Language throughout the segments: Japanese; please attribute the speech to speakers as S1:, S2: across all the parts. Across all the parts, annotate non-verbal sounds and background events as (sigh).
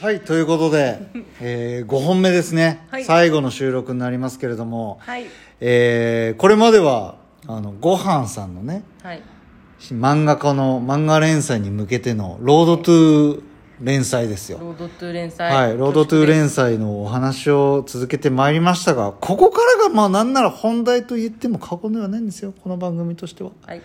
S1: はいということ
S2: (laughs)
S1: で、え5本目ですね、
S2: はい
S1: 最後の収録になりますけれども、
S2: はい
S1: えーこれまではあのごはんさんのね
S2: はい
S1: 漫画家の漫画連載に向けての「ロードトゥー連載」ですよ
S2: ロードトゥー連載
S1: はい、ロードトゥー連
S2: 載
S1: 載のお話を続けてまいりましたがここからがまあなんなら本題と言っても過言ではないんですよこの番組としては
S2: はい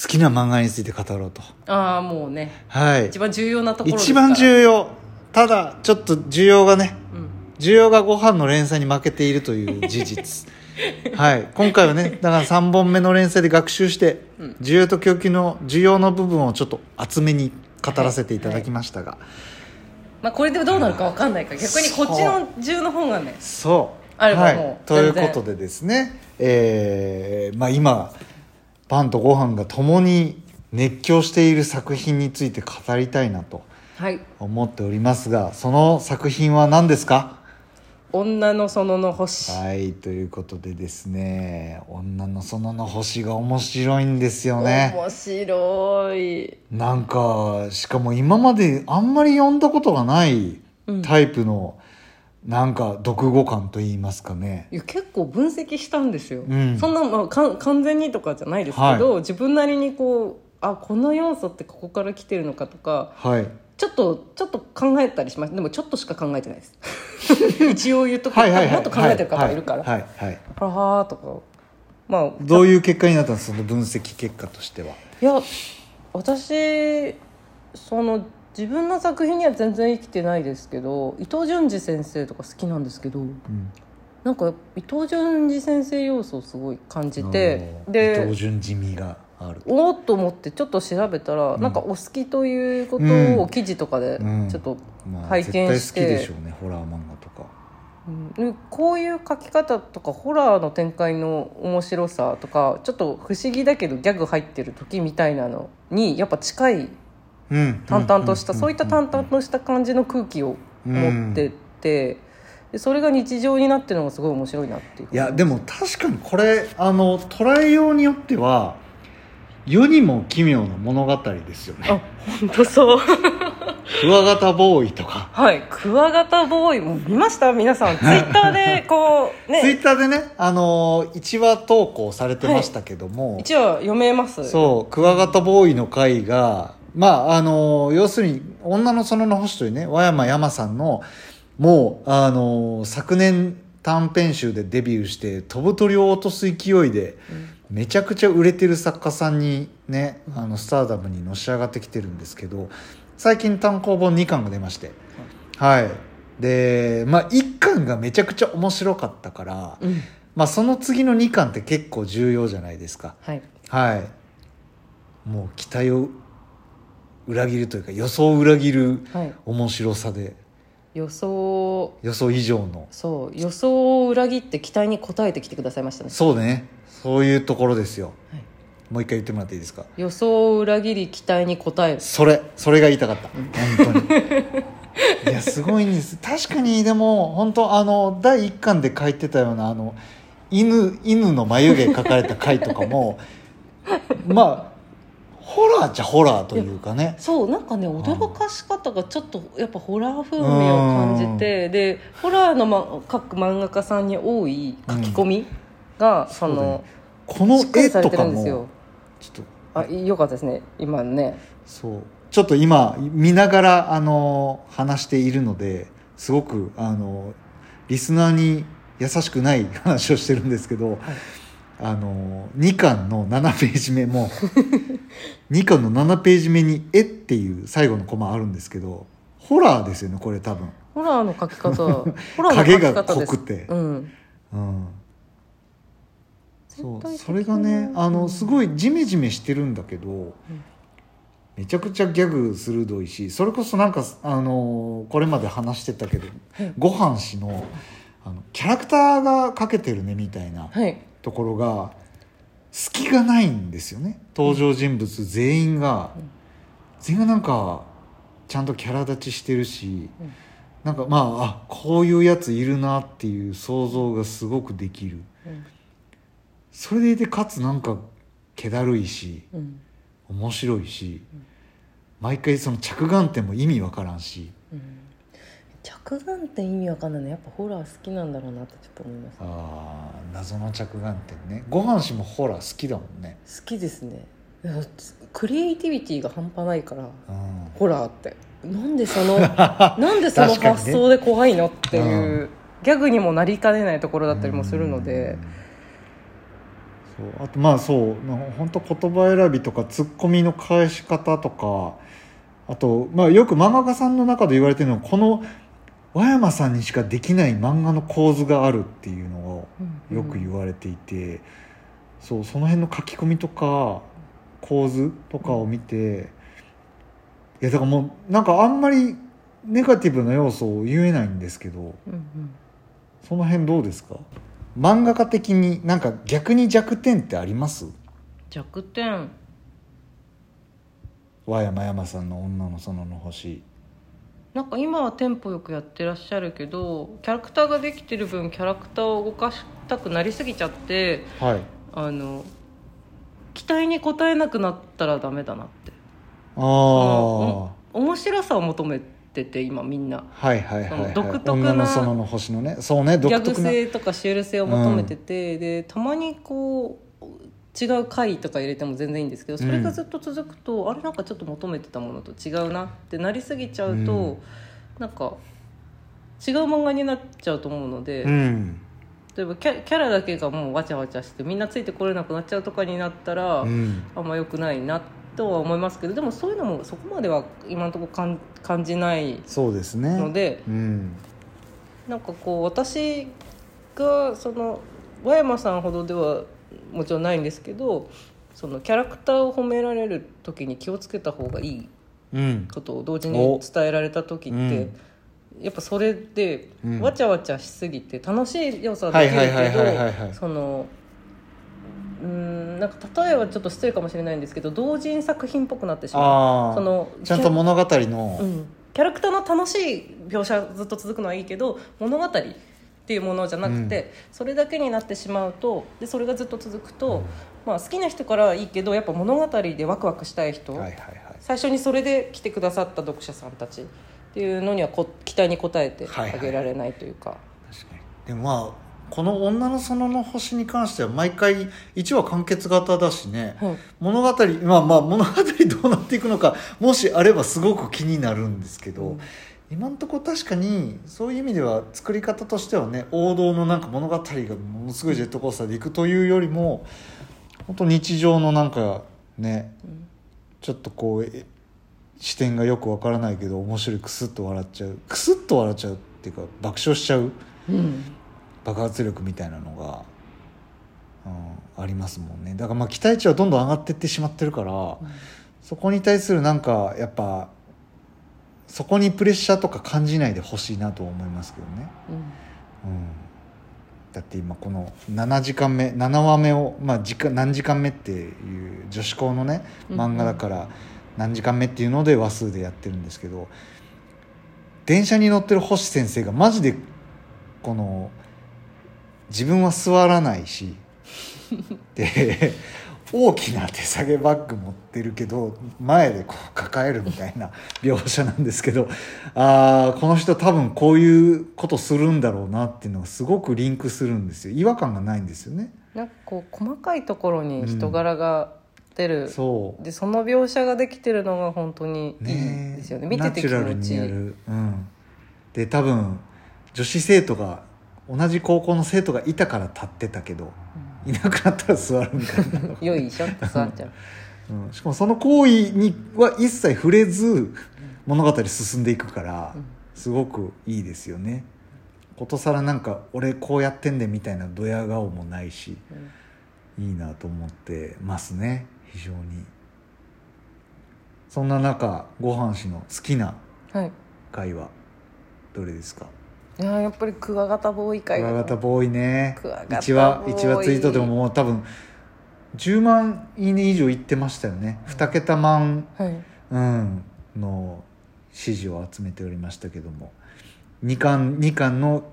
S1: 好きな漫画について語ろうと
S2: ああもうね
S1: はい
S2: 一番重要なところです
S1: 一
S2: から
S1: 番重要ただちょっと需要がね
S2: うん
S1: 需要がご飯の連載に負けているという事
S2: (laughs)
S1: 実はい今回はねだから3本目の連載で学習して、需要と供給の需要の部分をちょっと厚めに語らせていただきましたが、
S2: まあこれでどうなるかわかんないから逆にこっちの銃の方がね
S1: そう
S2: あれば
S1: はい
S2: もう
S1: という
S2: 全然
S1: ことでですねえーまあ今パンとご飯が共に熱狂している作品について語りたいなと
S2: はい
S1: 思っておりますがその作品は何ですか
S2: 女の園の星
S1: はいということでですね「女の園の星」が面白いんですよね
S2: 面白い
S1: なんかしかも今まであんまり読んだことがないタイプの、なんか読語感といいますかね
S2: いや結構分析したんですよ、
S1: うん
S2: そんな、まあ、かん完全にとかじゃないですけど、自分なりにこうあこの要素ってここから来てるのかとか
S1: はい
S2: ちょっとちょっと考えたりしますでもちょっとしか考えてないです
S1: (laughs)
S2: 一応言っとくと、
S1: はいはいはい
S2: もっと考えてる方もいるから、
S1: はいはいはい
S2: ははーとかまあ
S1: どういう結果になったんですかその分析結果としてはい
S2: や私その自分の作品には全然生きてないですけど伊藤潤二先生とか好きなんですけど
S1: うん
S2: なんか伊藤潤二先生要素をすごい感じて
S1: あの伊
S2: で
S1: 藤潤地味がある
S2: おーっと思ってちょっと調べたら、
S1: うん
S2: なんかお好きということ
S1: うん
S2: を記事とかで
S1: うん
S2: ちょっと、
S1: まあ
S2: 拝見し
S1: 絶
S2: て
S1: 対好きでしょうねホラー漫画とか
S2: うんでこういう書き方とかホラーの展開の面白さとかちょっと不思議だけどギャグ入ってる時みたいなのにやっぱ近い
S1: うん
S2: 淡々とした、
S1: んんん
S2: そういった淡々とした感じの空気を持ってて、でそれが日常になってるのがすごい面白いなっていう
S1: いやでも確かにこれあの捉えようによっては世にも奇妙な物語ですよね
S2: あ本当そう
S1: クワガタボーイとか、
S2: はいクワガタボーイもう見ました皆 (laughs) さんツイッターでこう
S1: ツイッ
S2: ね
S1: ターでねあの1話投稿されてましたけども、
S2: 一応読めます
S1: そうクワガタボーイの回がまああの要するに「女の園の星」というね和山山さんのもうあの昨年短編集でデビューして飛ぶ鳥を落とす勢いでめちゃくちゃ売れてる作家さんにねあのスターダムにのし上がってきてるんですけど最近単行本2巻が出ましてはいでまあ1巻がめちゃくちゃ面白かったから、
S2: うん、
S1: まあ、その次の2巻って結構重要じゃないですか
S2: はい
S1: はいもう期待を裏切るというか予想を裏切る
S2: はい
S1: 面白さで
S2: 予想
S1: 予想以上の
S2: そう予想を裏切って期待に応えてきてくださいましたね、
S1: そうねそういうところですよ
S2: はい、
S1: もう一回言ってもらっていいですか
S2: 予想を裏切り期待に応える
S1: それそれが言いたかった本当にい
S2: (laughs)
S1: やすごいんです確かにでも本当あの第1巻で書いてたようなあの犬犬の眉毛描かれた回とか
S2: (laughs)
S1: もまあホラーじゃホラーというかね
S2: そうなんかね驚かし方がちょっとやっぱホラー風味を感じてでホラーの、ま、各漫画家さんに多い書き込みが、
S1: そ
S2: そ
S1: うだよ
S2: の
S1: この
S2: しっか
S1: 絵
S2: りされ
S1: と
S2: てる
S1: か
S2: んです
S1: も
S2: よ
S1: ちょっと
S2: あよかったですね今ね
S1: そうちょっと今見ながらあの話しているのですごくあのリスナーに優しくない話をしてるんですけど、あの2巻の7ページ目も2巻の7ページ目に「え」っていう最後のコマあるんですけどホラーですよねこれ多分、
S2: ホラーの書き
S1: (laughs)
S2: 方ホラーの
S1: 影
S2: 書き
S1: が
S2: 方で
S1: 濃
S2: す
S1: くて
S2: うん、
S1: うん、
S2: 絶
S1: そ
S2: 対
S1: う
S2: 的
S1: それがね
S2: な
S1: あのすごいジメジメしてるんだけど、めちゃくちゃギャグ鋭いしそれこそなんかあのこれまで話してたけどご飯氏のあのキャラクターがかけてるねみたいな
S2: はい
S1: ところが隙がないんですよね登場人物全員が、全員がなんかちゃんとキャラ立ちしてるし、
S2: うん
S1: なんかまああこういうやついるなっていう想像がすごくできる
S2: うん
S1: それでいてかつなんか気だるいし
S2: うん
S1: 面白いし、毎回その着眼点も意味わからんし
S2: うん着眼点意味わかんないのやっぱホラー好きなんだろうなってちょっと思います
S1: あー謎の着眼点ねご飯氏もホラー好きだもんね
S2: 好きですねいやクリエイティビティが半端ないから
S1: うん
S2: ホラーってなんでそ
S1: (laughs)
S2: のなんでその
S1: 確かにね
S2: 発想で怖いのっていう、
S1: う
S2: ギャグにもなりかねないところだったりもするので、
S1: うんそうあとまあそうなんか本当言葉選びとかツッコミの返し方とかあと、まあ、よく漫画家さんの中で言われてるのはこの和山さんにしかできない漫画の構図があるっていうのをよく言われていて、そうその辺の書き込みとか構図とかを見ていやだからもうなんかあんまりネガティブな要素を言えないんですけど。
S2: うんうん
S1: その辺どうですか漫画家的になんか逆に弱点ってあります
S2: 弱点
S1: 和山山さんの女の園の星
S2: なんか今はテンポよくやってらっしゃるけどキャラクターができてる分キャラクターを動かしたくなりすぎちゃって
S1: はい
S2: あの期待に応えなくなったらダメだなって
S1: あ
S2: の
S1: あ
S2: 面白さを求めてて今みんな
S1: はいはいはい、はい、
S2: その独特な
S1: 女の園の星のねそうね
S2: ギ
S1: 独
S2: ャグ
S1: 特な
S2: 性とかシュール性を求めてて、でたまにこう違う回とか入れても全然いいんですけどそれがずっと続くと、あれなんかちょっと求めてたものと違うなってなりすぎちゃうと、
S1: うん
S2: なんか違う漫画になっちゃうと思うので、
S1: うん
S2: 例えばキャキャラだけがもうわちゃわちゃしてみんなついてこれなくなっちゃうとかになったら、
S1: うん
S2: あんま良くないなとは思いますけどでもそういうのもそこまでは今のところ感感じない
S1: そうですね
S2: ので。
S1: うん
S2: なんかこう私がその和山さんほどではもちろんないんですけどそのキャラクターを褒められる時に気をつけた方がいい
S1: うん
S2: ことを同時に伝えられた時って、
S1: うん
S2: やっぱそれで
S1: うん
S2: わちゃわちゃしすぎて楽しい要素はできる
S1: はいはいはいはいはいは
S2: け
S1: い
S2: どそのうーんなんか例えばちょっと失礼かもしれないんですけど同人作品っぽくなってしまう。
S1: あ
S2: そ
S1: あ
S2: の
S1: ちゃんと物語
S2: う
S1: の
S2: ん、キャラクターの楽しい描写ずっと続くのはいいけど物語っていうものじゃなくて、
S1: う
S2: それだけになってしまうとでそれがずっと続くと、まあ、好きな人からはいいけどやっぱ物語でワクワクしたい人、
S1: はいはいは
S2: 最初にそれで来てくださった読者さんたちっていうのにはこ期待に応えて
S1: はいはい
S2: あげられないというか、
S1: い確かにでもまあこの「女の園の星」に関しては毎回1話完結型だしね、
S2: はい
S1: 物語まあまあ物語どうなっていくのかもしあればすごく気になるんですけど、
S2: うん
S1: 今んとこ確かにそういう意味では作り方としてはね王道のなんか物語がものすごいジェットコースターでいくというよりも本当日常のなんかね
S2: うん
S1: ちょっとこうえ視点がよくわからないけど面白いクスッと笑っちゃうクスッと笑っちゃうっていうか爆笑しちゃう
S2: うん
S1: 爆発力みたいなのが、うん、ありますもんねだからまあ期待値はどんどん上がっていってしまってるから。そこに対するなんかやっぱそこにプレッシャーとか感じないでほしいなと思いますけどね、
S2: うん
S1: うん、だって今この7時間目7話目を、まあ、時間何時間目っていう女子校のね漫画だから何時間目っていうので話数でやってるんですけど電車に乗ってる星先生がマジでこの自分は座らないしで大きな手提げバッグ持ってるけど前でこう抱えるみたいな描写なんですけどああこの人多分こういうことするんだろうなっていうのがすごくリンクするんですよ違和感がないんですよね。
S2: なんかこう細かいところに人柄が出る、
S1: そう
S2: でその描写ができてるのが本当にいい
S1: ね
S2: ですよね見てて気
S1: ナチ
S2: 持ちいい
S1: ュラルにやる、うん、で多分女子生徒が同じ高校の生徒がいたから立ってたけどいなくなったら座るみたいな、
S2: うんよいしょって座っちゃう
S1: うん、しかもその行為には一切触れず物語進んでいくから
S2: うん
S1: すごくいいですよねことさらなんか俺こうやってんでみたいなドヤ顔もないし
S2: うん
S1: いいなと思ってますね非常にそんな中ご飯氏の好きな
S2: はい
S1: 会はどれですか
S2: いやーやっぱりクワガタボーイ
S1: ク
S2: 会
S1: ワ
S2: が
S1: ガタボーイね
S2: クワガタボーイ
S1: 1話一話ツイートでももう多分10万いいね以上いってましたよね2桁万、
S2: はい
S1: うん、の支持を集めておりましたけども2巻二巻の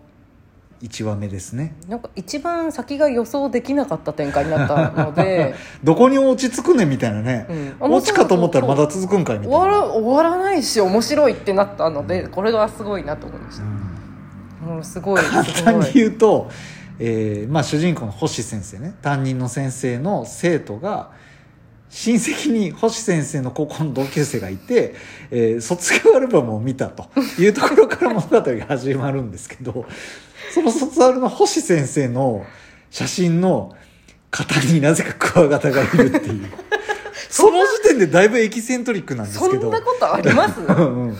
S1: 1話目ですね
S2: なんか一番先が予想できなかった展開になった
S1: (laughs)
S2: ので、
S1: どこに落ち着くねみたいなね、
S2: うん
S1: 落ちかと思ったらまだ続くんかいみ
S2: 終
S1: たい
S2: わら
S1: な、
S2: 終わらないし面白いってなったのでこれがすごいなと思いま
S1: う
S2: した、
S1: ん
S2: もうすごい
S1: 簡
S2: す
S1: 単
S2: ご
S1: に
S2: い
S1: 言うと、えーまあ、主人公の星先生ね担任の先生の生徒が親戚に星先生の高校の同級生がいて、えー卒業アルバムを見たというところから物語が始まるんですけどその卒アルの星先生の写真の型になぜかクワガタがいるっていうその時点でだいぶエキセントリックなんです
S2: そ
S1: けど
S2: んなことありま
S1: (laughs)
S2: す
S1: うんうん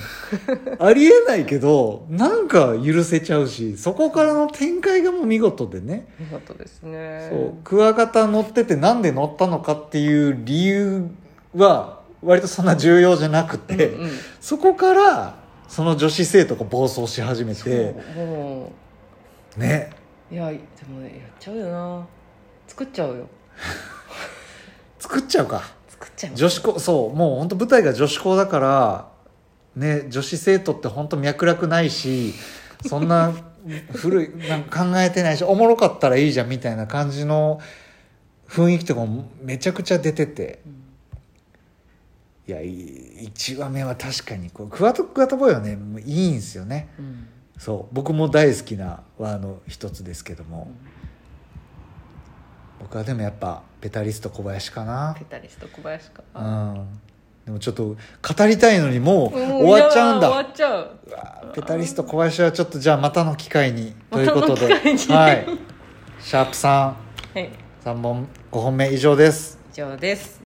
S1: ありえないけどなんか許せちゃうしそこからの展開がもう見事でね、
S2: 見事ですね
S1: そうクワガタ乗っててなんで乗ったのかっていう理由は割とそんな重要じゃなくて、
S2: うんうん
S1: そこからその女子生徒が暴走し始め
S2: そう
S1: て
S2: も
S1: ね
S2: ういやでもやっちゃうよな作っちゃうよ
S1: 作っちゃうか
S2: 作っちゃう
S1: 女子校そうもう本当舞台が女子校だからね女子生徒って本当脈絡ないしそんな古いなんか考えてないしおもろかったらいいじゃんみたいな感じの雰囲気とかもめちゃくちゃ出てていや1話目は確かにこうクワトクワトボーイはねもういいんですよね
S2: うん
S1: そう僕も大好きな話の一つですけども僕はでもやっぱペタリスト小林かな
S2: ペタリスト小林か
S1: うんでもちょっと語りたいのにもう
S2: も
S1: 終わっちゃうんだ
S2: いや終わっちゃう
S1: うわーペタリスト小林はちょっとじゃあまたの機会に
S2: ま
S1: と
S2: た
S1: いうこ
S2: の
S1: とで、
S2: 機会に
S1: はい、シャープさん
S2: はい
S1: 3本5本目以上です
S2: 以上です